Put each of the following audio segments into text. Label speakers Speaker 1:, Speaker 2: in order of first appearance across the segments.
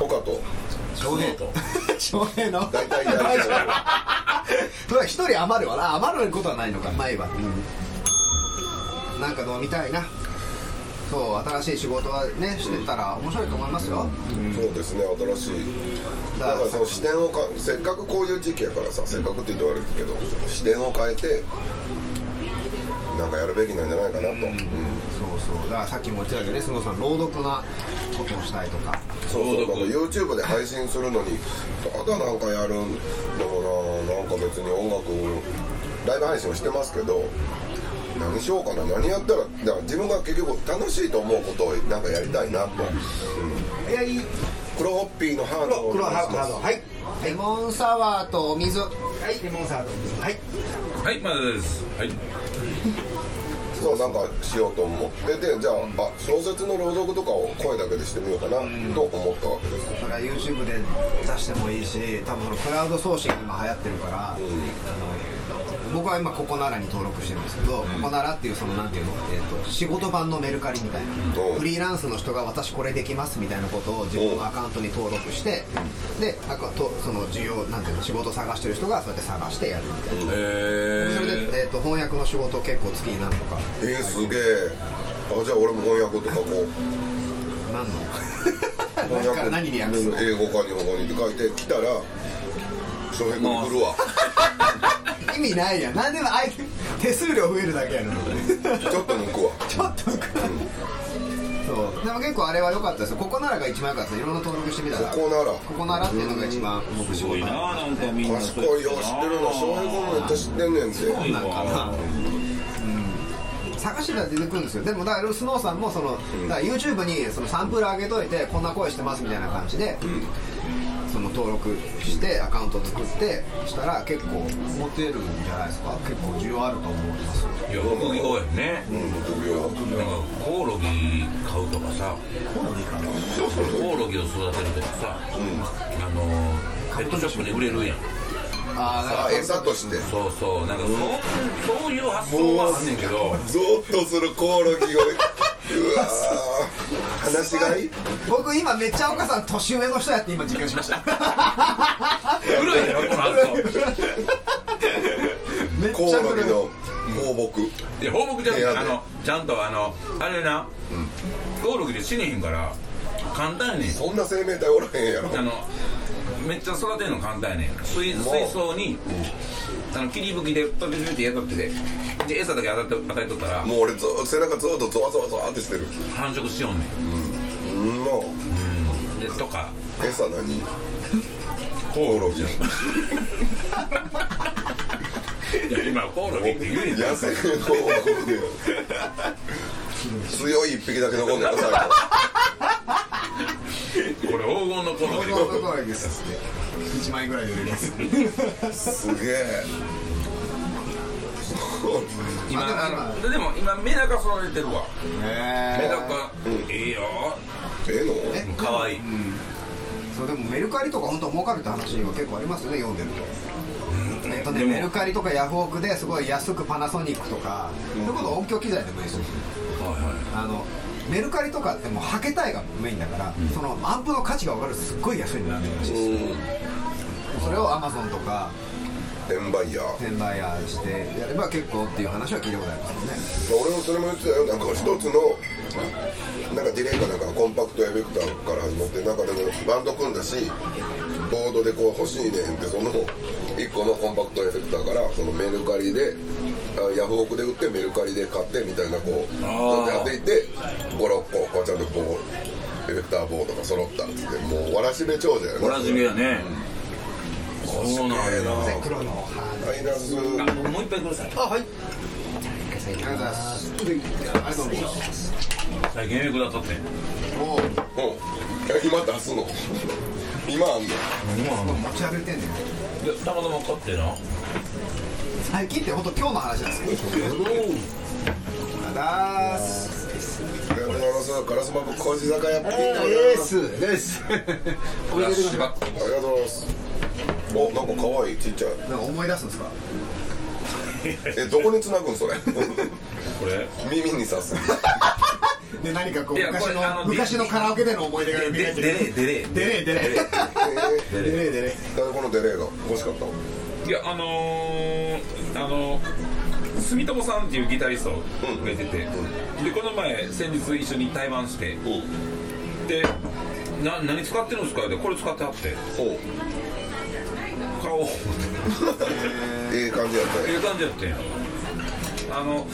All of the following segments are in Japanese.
Speaker 1: 岡と
Speaker 2: 翔平 と
Speaker 3: 翔平の
Speaker 1: 大体やるけど
Speaker 3: そうだ一人余るわな余ることはないのか前は、なんか飲みたいなそう新しい仕事はねしてたら面白いと思いますよ、
Speaker 1: そうですね新しい
Speaker 3: だ
Speaker 1: だ
Speaker 3: か
Speaker 1: かららその視点をかせっかくこういう時期やからさせっかくって言うと悪いけど視点を変えてなんかやるべきなんじゃないかなと、うん
Speaker 3: そうそうだからさっきも言ってたけどね須野さん朗読なことをしたいとか
Speaker 1: そうそう
Speaker 2: 朗読
Speaker 1: なんか YouTube で配信するのにただなんかやるんだからなんか別に音楽ライブ配信をしてますけど何しようかな何やったらだから自分が結局楽しいと思うことをなんかやりたいなと、
Speaker 3: いやいい
Speaker 1: 黒ホッピーのハードを
Speaker 3: 黒ハーブ
Speaker 1: お願いします
Speaker 3: はいレモンサワーとお水はいレモンサワーとお水はい
Speaker 2: はいまだですはい
Speaker 1: そうなんかしようと思っててじゃああ小説の朗読とかを声だけでしてみようかなと思ったわけです
Speaker 3: だから YouTube で出してもいいし多分そのクラウドソーシング今流行ってるから、あの僕は今ココナラに登録してるんですけど、ココナラっていうそのなんていうの、えー、と仕事版のメルカリみたいな、
Speaker 1: うん
Speaker 3: フリーランスの人が私これできますみたいなことを自分のアカウントに登録して、であとその需要なんていうの仕事を探してる人がそうやって探してやるみたいな、
Speaker 2: え
Speaker 3: それ
Speaker 2: ー
Speaker 3: で、えー、と翻訳の仕事結構月に何とか
Speaker 1: えー、すげえあじゃあ俺も翻訳とかこう
Speaker 3: 何の
Speaker 1: 翻
Speaker 3: 何から
Speaker 1: 訳
Speaker 3: 何に訳すの
Speaker 1: 英語か日本語にって書いて来たら翔平君来るわ
Speaker 3: 意味ないやん何でもあい手数料増えるだけやのに
Speaker 1: ちょっと抜くわ
Speaker 3: ちょっとそうでも結構あれは良かったですよここならが一番良かったですいろんな登録してみたら
Speaker 1: ここなら
Speaker 3: ここならっていうのが一番僕
Speaker 2: す
Speaker 3: 仕
Speaker 2: ご
Speaker 3: 事
Speaker 2: いな
Speaker 3: な
Speaker 2: なんかみんな
Speaker 1: 賢いよ知ってるの翔平君もめっちゃ知ってんねんって
Speaker 2: い
Speaker 3: んかな探してたら出てくるんですよでもだからスノーさんもそのだから YouTube にそのサンプル上げといてこんな声してますみたいな感じで、その登録してアカウント作ってしたら結構モテるんじゃないですか結構需要あると思いますよ
Speaker 2: いや副業やね
Speaker 1: うん臆病
Speaker 2: なんかコオロギ買うとかさ
Speaker 1: そうそうそう
Speaker 2: コオロギを育てるとかさ、あのペットショップで売れるやん
Speaker 3: あ
Speaker 1: あ餌として
Speaker 2: そうそうなんかそう,、そういう発想はあんねんけど
Speaker 1: ゾーッとするコオロギをうわー話がいい
Speaker 3: 僕今めっちゃ岡さん年上の人やって今実感しました
Speaker 2: 古いやろこの発想
Speaker 3: めっ
Speaker 1: コオ
Speaker 3: ちゃ
Speaker 1: ロギの放牧
Speaker 2: で放牧じゃ
Speaker 1: いや
Speaker 2: んあのちゃんとあのあれな、コオロギで死ねへんから簡単やねん
Speaker 1: そんな生命体おらへんやろ
Speaker 2: あのめっちゃ育てるの簡単やねん水水槽に、あの切り吹きでパピピピってやっとっててで餌だけ与えと与えとったら
Speaker 1: もう俺ずーっと背中ずーっとゾワゾワゾワってしてる
Speaker 2: 繁殖しようね
Speaker 1: うんまあ
Speaker 2: んでとか
Speaker 1: 餌何コオロギ
Speaker 2: いや今コオロギって言うね ん
Speaker 1: 野生コオロギよ強い一匹だけ残んねんな最後
Speaker 2: これ黄金のコオロギで
Speaker 3: のところです1万円ぐらいで売れ ます
Speaker 1: すげえ
Speaker 2: 今あのでも今メダカ育ててるわメ
Speaker 3: ね
Speaker 2: ダカいいよ
Speaker 1: ええの
Speaker 3: え
Speaker 2: 可愛い
Speaker 3: そうでもメルカリとか本当儲かるって話は結構ありますよね読んでると、えっとね
Speaker 2: でも
Speaker 3: メルカリとかヤフオクですごい安くパナソニックとか、そういうこと音響機材でもいいですよあのメルカリとかってもうはけたいがメインだから、そのアンプの価値が分かるすっごい安い値段で売るらしいですそれをアマゾンとか
Speaker 1: 転売ヤー
Speaker 3: 転売ヤーしてやれば結構っていう話は聞いたことありますもんね
Speaker 1: 俺もそれも言ってたよなんか一つのなんかディレイかなんかコンパクトエフェクターから始まってなんかでもバンド組んだしボードでこう欲しいねんってその1個のコンパクトエフェクターからそのメルカリであヤフオクで売ってメルカリで買ってみたいなこう
Speaker 2: あー
Speaker 1: やっていって56個こうちゃんとこうエフェクターボードが揃ったっつってもうわらしべ長者やな
Speaker 2: おなじみやねそうなんや
Speaker 1: あー
Speaker 3: 黒のハ
Speaker 1: マイナス
Speaker 2: あもう一杯ください
Speaker 3: あはいありがとうございますありがとうございます
Speaker 2: 最近エビくださって
Speaker 3: お
Speaker 1: う
Speaker 3: ー
Speaker 1: んえ今出すの 今あんの
Speaker 3: 持ち歩いてんねん
Speaker 2: いやたまたま買ってな
Speaker 3: 最近って本当今日の話なんですけどだーす
Speaker 1: ありがとうございますガラスマップ小路坂やっていいんだよ
Speaker 3: すです
Speaker 2: フラッシュバッ
Speaker 1: ありがとうございます。お、なんか可愛い、ちっちゃい。
Speaker 3: なんか思い出すんですか
Speaker 1: え、どこに繋ぐんそれ。
Speaker 2: クこれ
Speaker 1: 耳に刺す。
Speaker 3: で何かこう
Speaker 2: いやこ
Speaker 3: 昔
Speaker 2: れあ
Speaker 3: の
Speaker 2: の
Speaker 3: 昔のカラオケでの思い出が蘇って
Speaker 2: で
Speaker 3: くる
Speaker 2: でれで
Speaker 3: でれで
Speaker 2: れ
Speaker 3: れ
Speaker 1: え
Speaker 3: で
Speaker 2: でれ
Speaker 3: れでれ
Speaker 1: ー、このデレイが欲しかった
Speaker 2: いやあのー、あの住友さんっていうギタリストがいてて、でこの前先日一緒に対バンして
Speaker 1: うん
Speaker 2: でな何使ってるんですかってこれ使ってあって
Speaker 1: おう
Speaker 2: 買おう
Speaker 1: いい感じやった
Speaker 2: って
Speaker 1: ね
Speaker 2: いう感じやってんあの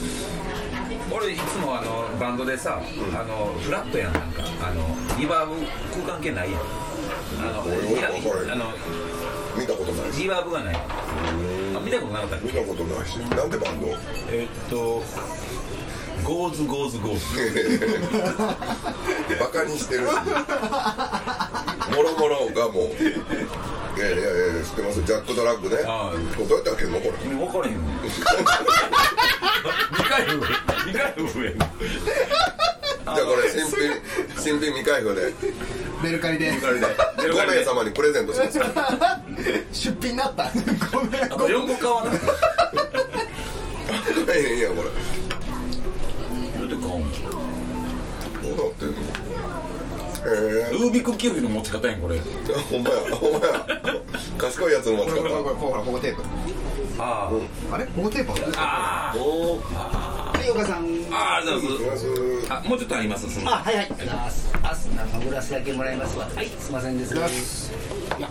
Speaker 2: 俺いつもあのバンドでさ、あのフラットやんなんかあのリバーブ空間系ないやんあの
Speaker 1: 俺俺
Speaker 2: リラ
Speaker 1: わかる
Speaker 2: あの
Speaker 1: 見たことないし
Speaker 2: リバーブがないあ見たことなかったっけ
Speaker 1: 見たことないしなんでバンド
Speaker 2: えっとゴーズゴーズゴーズ
Speaker 1: バカにしてるしもろもろがもういやいやいやいや知ってますジャック・ドラッグね
Speaker 2: ああ
Speaker 1: これどうやって開けるのこれ
Speaker 2: 君分からへんの二回上二回上
Speaker 1: じゃあこれ新品新品未開封で
Speaker 3: メルカリで
Speaker 1: 5名様にプレゼントしますから
Speaker 3: 出品になったごめん
Speaker 2: あ
Speaker 3: ご
Speaker 2: と
Speaker 3: めん
Speaker 2: 横川なだっ
Speaker 1: いやいやこれ
Speaker 2: て顔
Speaker 1: どう
Speaker 2: も
Speaker 1: なってんのへえ
Speaker 2: ルービックキューブの持ち方やんこれ
Speaker 1: ほんまやほんまや賢いやつの持ち
Speaker 3: これこれ
Speaker 1: 方
Speaker 3: これほらここテープ
Speaker 2: ああ
Speaker 3: あれここテープ
Speaker 2: あー
Speaker 1: おお
Speaker 3: はい岡さん
Speaker 2: あありがとうござい
Speaker 1: ま
Speaker 2: ます
Speaker 1: ず
Speaker 2: あもうちょっとありますその
Speaker 4: あはいはいあすあすなんかグラスだけもらいますわはいすいませんです
Speaker 3: グラ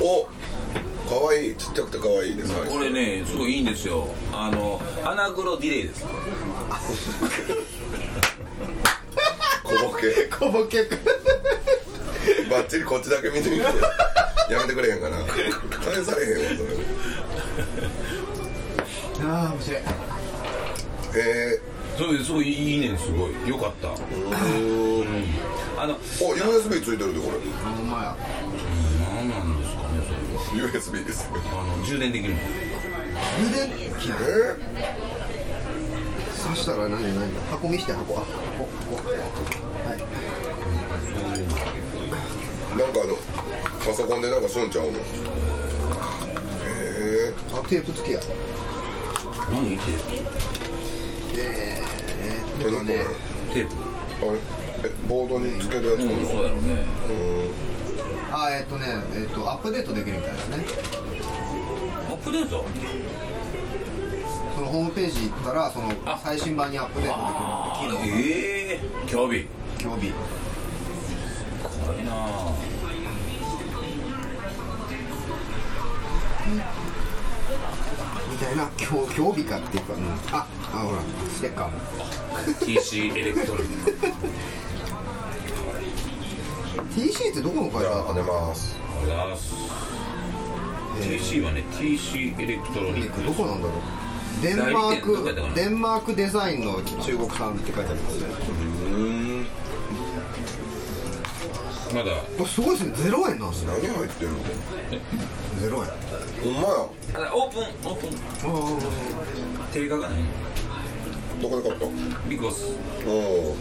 Speaker 1: お可愛いちっちゃくて可愛いですはい
Speaker 2: これねすごいいいんですよあのアナグロディレイです
Speaker 1: 小ボケ
Speaker 3: 小ボケ君
Speaker 1: バッチリこっちだけ見てみてやめてくれへんかな返されへんわそれ
Speaker 3: ああ面白い
Speaker 1: え
Speaker 2: そうですごいいいねんすごいよかったあの
Speaker 1: ー、お USB ついてるでこ
Speaker 3: ほんまや
Speaker 2: 何なんですかねそ
Speaker 1: れ USB です
Speaker 2: れあの充電できるの
Speaker 3: 腕切ら
Speaker 1: え
Speaker 3: ないそしたら何何箱見して箱あ箱箱はい
Speaker 1: ー、なんかあのパソコンでなんかすんちゃうのえ
Speaker 3: あテープ付きや
Speaker 2: 何テ
Speaker 3: え
Speaker 1: ー、こ
Speaker 3: ーえ
Speaker 1: れ
Speaker 3: っとね
Speaker 2: ープテープ
Speaker 1: あれえボードにつけるやつな
Speaker 2: うん
Speaker 1: の
Speaker 2: そうやろうね
Speaker 3: あえっとねえっとアップデートできるみたいですね
Speaker 2: アップデート
Speaker 3: そのホームページ行ったらその
Speaker 2: あ
Speaker 3: 最新版にアップデートできる
Speaker 2: あーええー、興味
Speaker 3: 興味
Speaker 2: 怖いなあ
Speaker 3: みたいな興興味かっていうか、うん、ああほらステッカーも
Speaker 2: TC エレクトリック
Speaker 3: TC ってどこの会
Speaker 1: じ
Speaker 3: 社
Speaker 1: ゃ
Speaker 3: だっ
Speaker 1: あ
Speaker 3: た
Speaker 1: 出
Speaker 3: の
Speaker 1: ます
Speaker 2: ありがとうございます
Speaker 3: え
Speaker 2: TC はね TC エレクトロニック
Speaker 3: どこなんだろうデンマー
Speaker 2: 代理店どこやったかな
Speaker 3: クデンマークデザインの中国産って書いてありますね
Speaker 2: まだ
Speaker 3: これすごいですねゼロ円なんですね
Speaker 1: 何入ってんの
Speaker 3: ゼロ円
Speaker 1: ほんまや
Speaker 2: あだオープンオープン定価がない
Speaker 1: どこで買った
Speaker 2: ビコス
Speaker 1: おお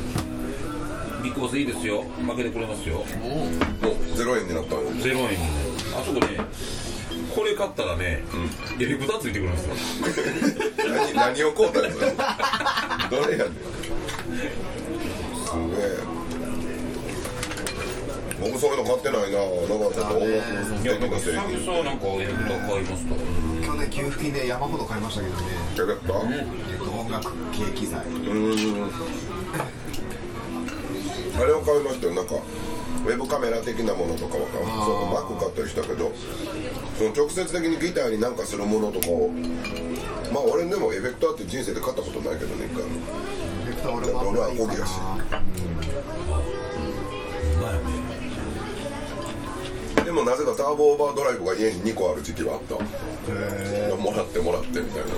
Speaker 2: ビコスいいですよ負けてくれますよ
Speaker 1: もう0円になったの
Speaker 2: ゼロ円にねあそこねこれ買ったらね、エレクターついてくるんですよ
Speaker 1: 何何を買うたんやそれどれやねんすげえ僕そういうの買ってないななんかちょっと音楽
Speaker 2: い
Speaker 1: テ
Speaker 2: やな
Speaker 1: ク
Speaker 2: んか
Speaker 1: の製
Speaker 2: 久
Speaker 1: 品
Speaker 2: 々なんかエレクター買いますとか
Speaker 3: 去年給付金で山ほど買いましたけどね、
Speaker 1: キャラクター
Speaker 3: えっと、音楽系機材
Speaker 1: うーんあれを買いましたよなんかウェブカメラ的なものとかは買うそう Mac 買ったりしたけどその直接的にギターになんかするものとかをまあ俺でもエフェクターって人生で買ったことないけどね一回も
Speaker 3: エフェクター俺も
Speaker 1: 俺は
Speaker 3: あんまりいい
Speaker 1: ア
Speaker 3: かな
Speaker 2: まあね
Speaker 1: でもなぜかターボオーバードライブが家に2個ある時期はあった
Speaker 3: へ
Speaker 1: もらってもらってみたいな
Speaker 2: エレ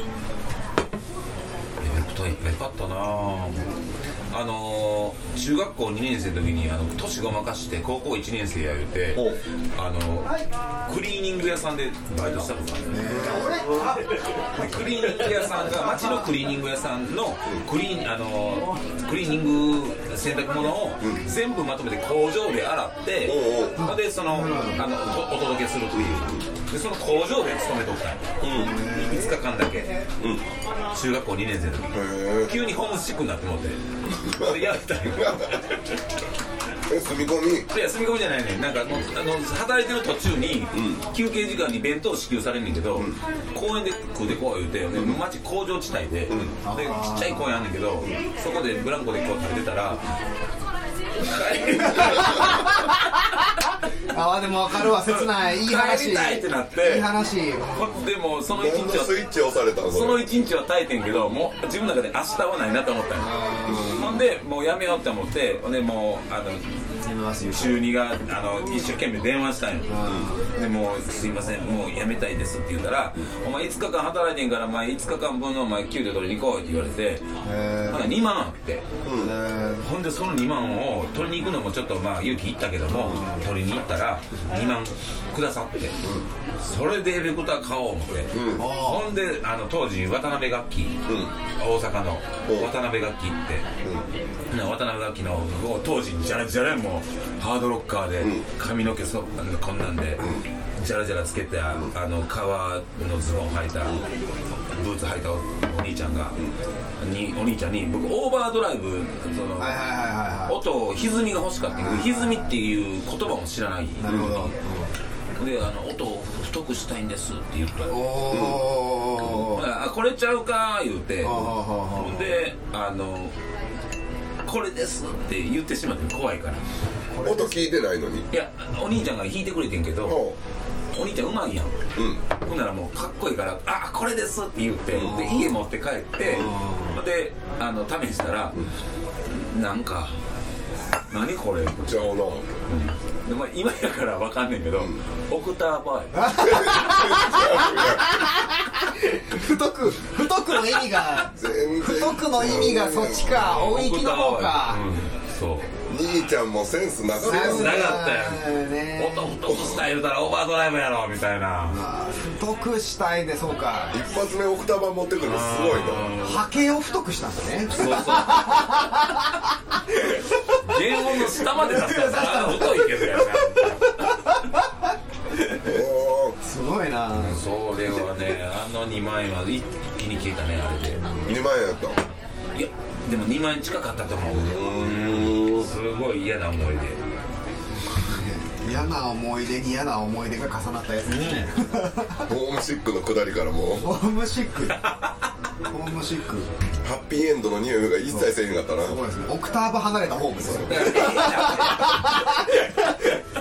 Speaker 2: クターいっぱい買ったなああのー中学校2年生の時にあの年ごまかして高校1年生や言うて
Speaker 1: おう
Speaker 2: あのクリーニング屋さんでバイトしたことあるねクリーニング屋さんが町のクリーニング屋さんのクリーンあのクリーニング洗濯物を全部まとめて工場で洗って、
Speaker 1: おう
Speaker 2: ほんでそのあのおお届けするというでその工場で勤めておったんよ5日間だけ、
Speaker 1: ん
Speaker 2: 中学校2年生の時
Speaker 1: へ
Speaker 2: 急にホームシックになってもってでやめたんよ
Speaker 1: ええ住み込み
Speaker 2: いや住み込みじゃないねなんかもうあの働いてる途中に、休憩時間に弁当を支給されんねんけど、公園で食うてこう言うて、で町工場地帯で,、でちっちゃい公園あんねんけど、そこでブランコでこう食べてたら帰り
Speaker 3: ああでも分かるわ切ないいい話
Speaker 2: 帰りたいってなって
Speaker 3: いい話
Speaker 2: でもその一
Speaker 1: 何の
Speaker 2: 日は
Speaker 1: スイッチ押されたの
Speaker 2: その
Speaker 1: れ
Speaker 2: 一日は耐えてんけどもう自分の中で明日はないなと思ったんよほんでもうやめようって思ってほんでもうあの
Speaker 3: やめますよ
Speaker 2: 中2があの一生懸命電話したんよでもうすいませんもう辞めたいですって言うたら「お前5日間働いてんから前5日間分のお前給料取りに行こう」って言われて
Speaker 3: え
Speaker 2: ほな2万あって
Speaker 3: ー
Speaker 2: ほんでその2万を取りに行くのもちょっとまあ勇気いったけども取りに行ったら2万くださってそれでエレクター買おう思ってほんであの当時渡辺楽器大阪の渡辺楽器ってな渡辺楽器の当時じゃらじゃらもうハードロッカーで髪の毛そこんなんでじゃらじゃらつけてあの革のズボン履いたブーツ履いたお兄ちゃんがにお兄ちゃんに僕オーバードライブその
Speaker 3: はいはいはいはいはい
Speaker 2: 音歪みが欲しかったけど歪みっていう言葉も知らない
Speaker 3: なるほど
Speaker 2: であの音を太くしたいんですって言ったら
Speaker 3: おお
Speaker 2: ああこれちゃうか言うて
Speaker 3: ああ
Speaker 2: ほんであのこれですって言ってしまって怖いから
Speaker 1: 音聞いてないのに
Speaker 2: いやお兄ちゃんが弾いてくれてんけど
Speaker 1: おう
Speaker 2: お兄ちゃんうまいやん
Speaker 1: うん
Speaker 2: ほんならもうかっこいいから「あこれです」って言ってで家持って帰ってであの試したらなんか「何これ」
Speaker 1: ちゃうな
Speaker 2: でまあ、今やからわかんねんけど、オクターバーや
Speaker 3: 太く太くの意味が
Speaker 1: 全然
Speaker 3: 太くの意味がそっちか大
Speaker 2: オ
Speaker 3: き
Speaker 2: クタ
Speaker 3: の
Speaker 2: ー
Speaker 3: 方
Speaker 2: バ
Speaker 3: か
Speaker 2: ーやうんそう
Speaker 1: 兄ちゃんもセンスなさ
Speaker 2: セン
Speaker 1: そ
Speaker 2: ス
Speaker 1: う
Speaker 2: なかったよ
Speaker 3: ね
Speaker 2: 音太くしたい言うたらオーバードライブやろみたいな
Speaker 3: 太くしたいでそうか
Speaker 1: 一発目オクターバー持ってくるのすごいな
Speaker 3: 波形を太くしたんだね
Speaker 2: そうそう原音の下まで出したら太いけどやな
Speaker 1: お
Speaker 3: すごいな
Speaker 2: それはねあの2万円は一気に消えたねあれで
Speaker 1: ー2万円やった
Speaker 2: いやでも2万円近かったと思うすごい嫌な思い で
Speaker 3: 嫌な思い出に嫌な思い出が重なったやつですね
Speaker 1: ホームシックの下りからもう
Speaker 3: ホームシックホームシック
Speaker 1: ハッピーエンドの匂いが一切せえへんかったな
Speaker 3: すごいですねオクターブ離れたホームですよ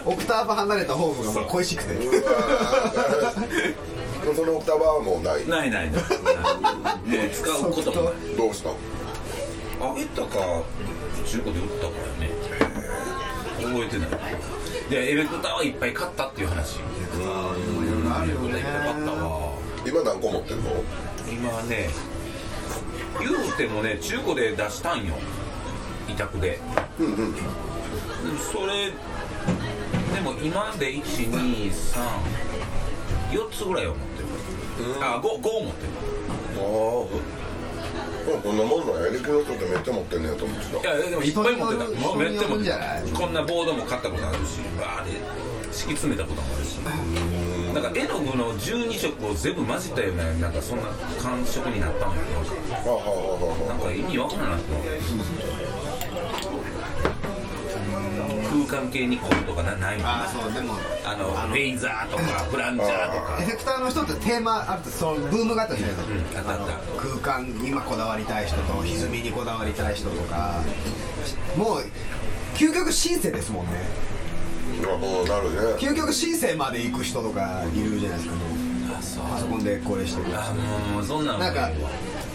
Speaker 3: オクターブ離れたホームがもう恋しくて
Speaker 1: うわーそのオクターバーもうない
Speaker 2: ないないないないもう使うこともない
Speaker 1: どうしたの
Speaker 2: あげたか中古で売ったからね覚えてないでエレクターはいっぱい買ったっていう話エ
Speaker 3: ある
Speaker 2: レ
Speaker 3: よ
Speaker 2: クターい
Speaker 3: ね
Speaker 2: っぱい買ったわ
Speaker 1: 今何個持ってんの
Speaker 2: 今はね言うてもね中古で出したんよ委託でうんうんそれでも今で1234つぐらいは持ってる、あ五 5, 5持ってる
Speaker 1: ああこんなもんなんやエレキの人ってめっちゃ持ってんねやと思ってた
Speaker 2: いやでもいっぱい持ってた
Speaker 3: 人による
Speaker 2: もうめっちゃ持
Speaker 3: 人による
Speaker 2: っ
Speaker 3: ん
Speaker 2: て
Speaker 3: じゃない
Speaker 2: たこんなボードも買ったことあるしわーで敷き詰めたこともあるしなんか絵の具の12色を全部混じったようななんかそんな感触になったのよ
Speaker 1: はあはあはあは
Speaker 2: なんか意味わからない空間系にこうとかなないもん
Speaker 3: ああそうでも
Speaker 2: あのレイザーとかブランチャーとか
Speaker 3: エフェクターの人ってテーマあるとそのブームがあったじゃないですか、
Speaker 2: うんあったあっ
Speaker 3: 空間に今こだわりたい人と歪みにこだわりたい人とかもう究極シンセですもんね
Speaker 1: あもうなるね
Speaker 3: 究極シンセまで行く人とかいるじゃないですか
Speaker 2: あそう
Speaker 3: パソコンでこれしてる
Speaker 2: あもうそんなん
Speaker 3: なんか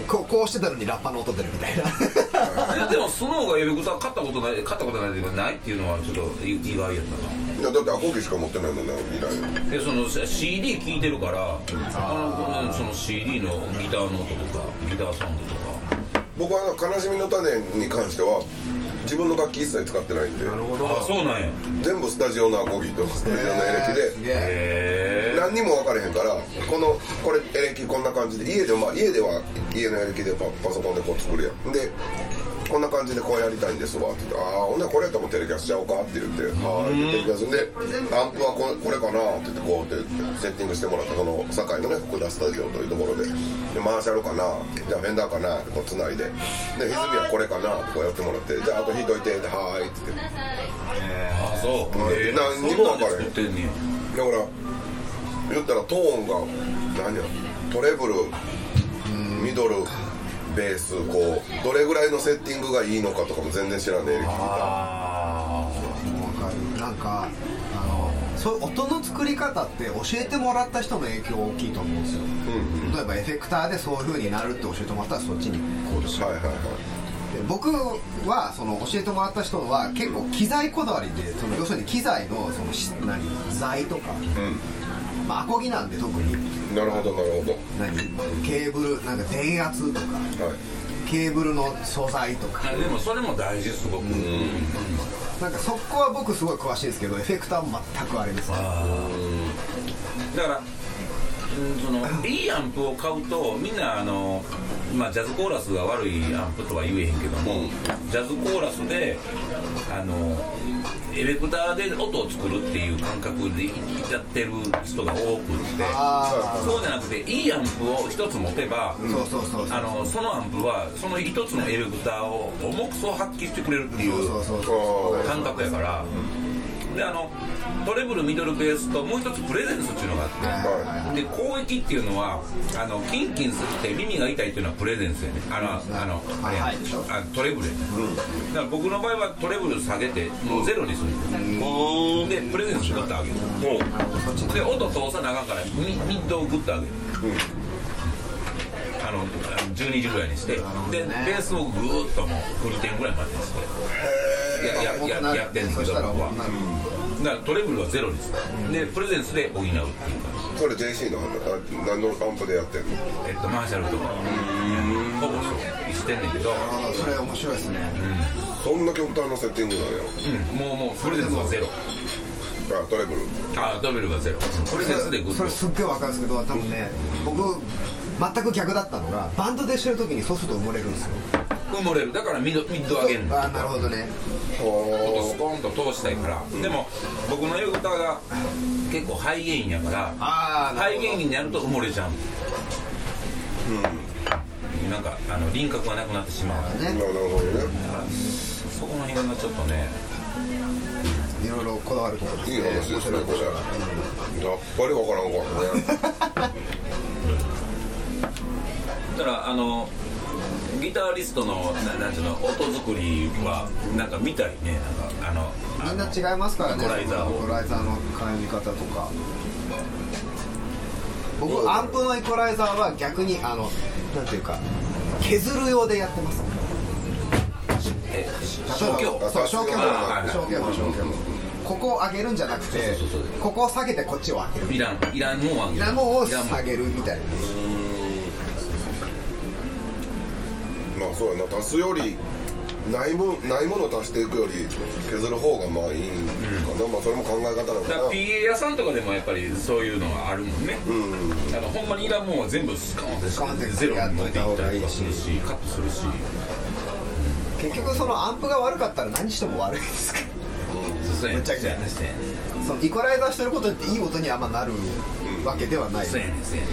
Speaker 3: こうこうしてたのにラッパの音出るみたいな
Speaker 2: いやでもその方がエレクター買ったことない買ったことないというかないっていうのはちょっと意外やったない
Speaker 1: やだってアコギしか持ってないもんね未来の
Speaker 2: でその CD 聴いてるからあのその CD のギターの音とかギターサウンドとか
Speaker 1: 僕はあの「悲しみの種」に関しては自分の楽器一切使ってないんで
Speaker 3: ほ
Speaker 2: あそうなんや
Speaker 1: 全部スタジオのアコギとスタジオのエレキ
Speaker 3: す
Speaker 1: で
Speaker 3: げえ
Speaker 2: へ
Speaker 1: 何にも分かれへんからこのこれエレキこんな感じで家でまあ家では家のエレキでパパソコンでこう作るやんでこんな感じでこうやりたいんですわって言ってああほんならこれやったらもうテレキャスしちゃおうかって言ってはいってテレキャスでアンプはこれこれかなって言ってこうってセッティングしてもらったこの堺のね福田スタジオというところででマーシャルかなじゃあフェンダーかなってこうつないでで歪みはこれかなってこうやってもらってじゃああと引いといてってはーいって言って
Speaker 2: あそう
Speaker 1: うん
Speaker 2: ええ
Speaker 1: 何
Speaker 2: そ
Speaker 1: 人
Speaker 2: う
Speaker 1: も
Speaker 2: なんで作ってんねや
Speaker 1: だから言ったらトーンが何やトレブルミドルベースこうどれぐらいのセッティングがいいのかとかも全然知らねえ
Speaker 2: あ
Speaker 3: なんかあのそういう音の作り方って教えてもらった人の影響大きいと思うんですよ、例えばエフェクターでそういう風になるって教えてもらったらそっちにこうで
Speaker 1: はいはいはい
Speaker 3: 僕はその教えてもらった人は結構機材こだわりでその要するに機材のそのし何材とか、まあ、アコギなんで特に
Speaker 1: なるほどなるほど
Speaker 3: 何ケーブルなんか電圧とか
Speaker 1: はい
Speaker 3: ケーブルの素材とか
Speaker 2: あでもそれも大事すごく
Speaker 3: なんかそこは僕すごい詳しいですけどエフェクターも全くあれです
Speaker 2: だからうんそのいいアンプを買うとみんなあの、まあ、ジャズコーラスが悪いアンプとは言えへんけども、ジャズコーラスであのエフェクターで音を作るっていう感覚でやってる人が多くって
Speaker 3: あ
Speaker 2: そうじゃなくていいアンプを一つ持てば、
Speaker 3: あそうそうそうそう
Speaker 2: あのそのアンプはその一つのエフェクターを重くそう発揮してくれるっていう
Speaker 3: そうそうそう
Speaker 1: あ
Speaker 2: 感覚やから、であのトレブルミドルベースともう一つプレゼンスっていうのがあって
Speaker 1: あは
Speaker 2: で広域っていうのはあのキンキンすって耳が痛いっていうのはプレゼンスやねあのあのあれや
Speaker 3: はいでしょ
Speaker 2: あトレブルやね、だから僕の場合はトレブル下げてもうゼロにするでプレゼンスグッと上げるで音通さなあかんからミミッドをグッと上げる、あの12時ぐらいにしてでベースをグーッともう9点ぐらいまでにしてややややってんです
Speaker 3: そ
Speaker 2: け
Speaker 3: し
Speaker 2: ど
Speaker 3: たら
Speaker 2: 僕は
Speaker 3: なる
Speaker 2: だからトレブルはゼロですでプレゼンスで補うっていう感じ
Speaker 1: それ JC のあ何のアンプでやってんの
Speaker 2: えっとマーシャルとかほぼそうしてんねんけど、
Speaker 3: ほどそれ面白いですね
Speaker 1: そんな極端なセッティングなん
Speaker 2: うん、もうもうプレゼンスはゼロ
Speaker 1: やあトレブル
Speaker 2: あトレブルはゼロプレゼンスでグッ
Speaker 3: そ
Speaker 2: と
Speaker 3: れすっげえわかるんですけど多分ね僕全く逆だったのがバンドでしてる時にそうすると埋もれるんですよ
Speaker 2: 埋もれるだからミドミッド上げんの
Speaker 3: あなるほどね
Speaker 2: ちょっと
Speaker 1: は
Speaker 2: スコーンと通したいから、でも僕のエフェクターが結構ハイゲインやから
Speaker 3: あーな
Speaker 2: ハ
Speaker 3: る
Speaker 2: イ
Speaker 3: ほど
Speaker 2: ゲインになると埋もれちゃううんなんかあの輪郭がなくなってしまう
Speaker 1: あな
Speaker 3: ね
Speaker 1: るほどね
Speaker 2: そこの辺がちょっとね
Speaker 3: いろいろこだわるところです
Speaker 1: いい話ですねこれやっぱりわからんからね
Speaker 2: だからあのギタリストのななんていうの音作りはなんか見たりねなんかあのあの
Speaker 3: みんな違いますからね
Speaker 2: イコライザーを
Speaker 3: イコライザーの絡み方とか僕アンプのイコライザーは逆にあのなんていうか削る用でやってます
Speaker 2: え
Speaker 3: 例え
Speaker 2: 消
Speaker 3: ば
Speaker 2: 去
Speaker 3: そう消去法
Speaker 2: あーはいはい
Speaker 3: 消去法消去法ここを上げるんじゃなくてここを下げてこっちを上げる
Speaker 2: いらんいらんもんはあげる
Speaker 3: いらんもんを
Speaker 2: いらんもん
Speaker 3: 下げるみたいな
Speaker 1: まあそうやな足すよりないもないものを足していくより削る方がまあいいんかな、まあそれも考え方なのか
Speaker 2: だか
Speaker 1: な
Speaker 2: ら PA 屋さんとかでもやっぱりそういうのはあるもんね、だからほんまにいらんもんは全部スカーンって
Speaker 3: スカーンって
Speaker 2: ゼロに持っていったりとかするしカットするし
Speaker 3: 結局そのアンプが悪かったら何しても悪いですから
Speaker 2: そうやね
Speaker 3: ぶっちゃけ
Speaker 2: そうやね
Speaker 3: そのイコライザーしてることによっていい音にあんまなるわけではない
Speaker 2: そうやねそうやね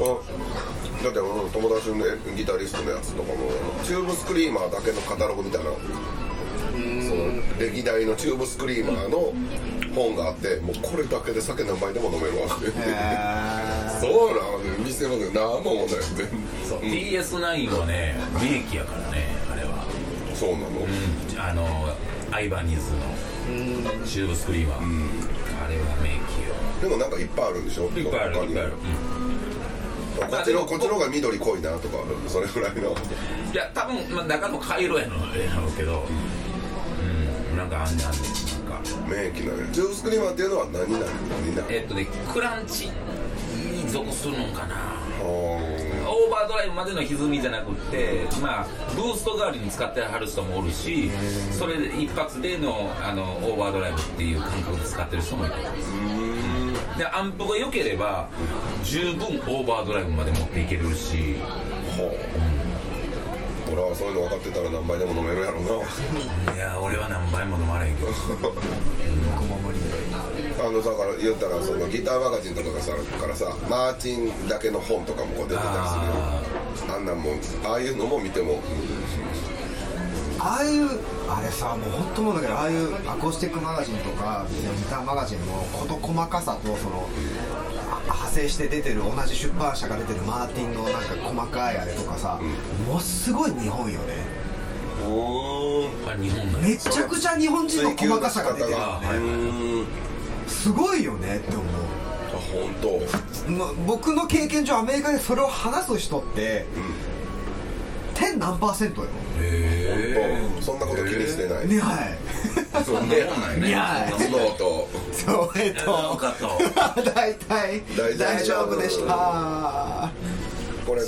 Speaker 1: あだって俺の友達の、ね、ギタリストのやつとかもチューブスクリーマーだけのカタログみたいなその歴代のチューブスクリーマーの本があってもうこれだけで酒何杯でも飲めるわって
Speaker 3: へ
Speaker 1: そうなん店まで何ももない全然
Speaker 2: TS9 はね名機やからねあれは
Speaker 1: そうなの、
Speaker 2: うんあのアイバニーズのチューブスクリーマー、あれは名機よ
Speaker 1: でもなんかいっぱいあるんでしょ
Speaker 2: いっぱいある
Speaker 1: 他
Speaker 2: いっ
Speaker 1: に
Speaker 2: ぱいある、
Speaker 1: こっちのこっちの方が緑濃いなとかそれぐらいの
Speaker 2: うんいや多分、まあ、中の回路やのやろうけどうんなんかあんねんあんねんなんか
Speaker 1: 免疫なねチューブスクリーマーっていうのは何々何々
Speaker 2: えっとねクランチに属するのかな
Speaker 1: あ
Speaker 2: オーバードライブまでの歪みじゃなくってまあブースト代わりに使ってはる人もおるしそれで一発でのあのオーバードライブっていう感覚で使ってる人もいるでアンプが良ければ十分オーバードライブまで持っていけるし
Speaker 1: ーほう俺はそういうの分かってたら何杯でも飲めるや ろうな
Speaker 2: いや俺は何杯も飲まれへんけど
Speaker 3: 僕も無理
Speaker 1: あのだから言ったらそのギターマガジンとかがさからさマーチンだけの本とかもこう出てたり
Speaker 2: あ
Speaker 1: するあんなんもんああいうのも見ても
Speaker 3: ああいうあれさもう本当思うんだけどああいうアコースティックマガジンとかギターマガジンの事細かさとそのあ派生して出てる同じ出版社が出てるマーティンのなんか細かいあれとかさ、ものすごい日本よね
Speaker 1: うん
Speaker 2: あ日本なんや
Speaker 3: めちゃくちゃ日本人の細かさが出てるよ
Speaker 2: 追求の仕方がはい
Speaker 3: ね
Speaker 1: うん
Speaker 3: すごいよねって思う
Speaker 1: あ本当
Speaker 3: ま僕の経験上アメリカでそれを話す人って、天何パーセントよ
Speaker 2: へ
Speaker 1: うんそんなこと気にしてない
Speaker 3: ねはい
Speaker 2: えそんなもんなんやね
Speaker 3: いや
Speaker 2: そんな
Speaker 1: スノ
Speaker 2: もん
Speaker 1: ーと
Speaker 3: そうえっ
Speaker 2: な
Speaker 3: と
Speaker 2: んかと
Speaker 3: 大体
Speaker 1: 大丈夫
Speaker 3: 大丈夫でした
Speaker 1: これ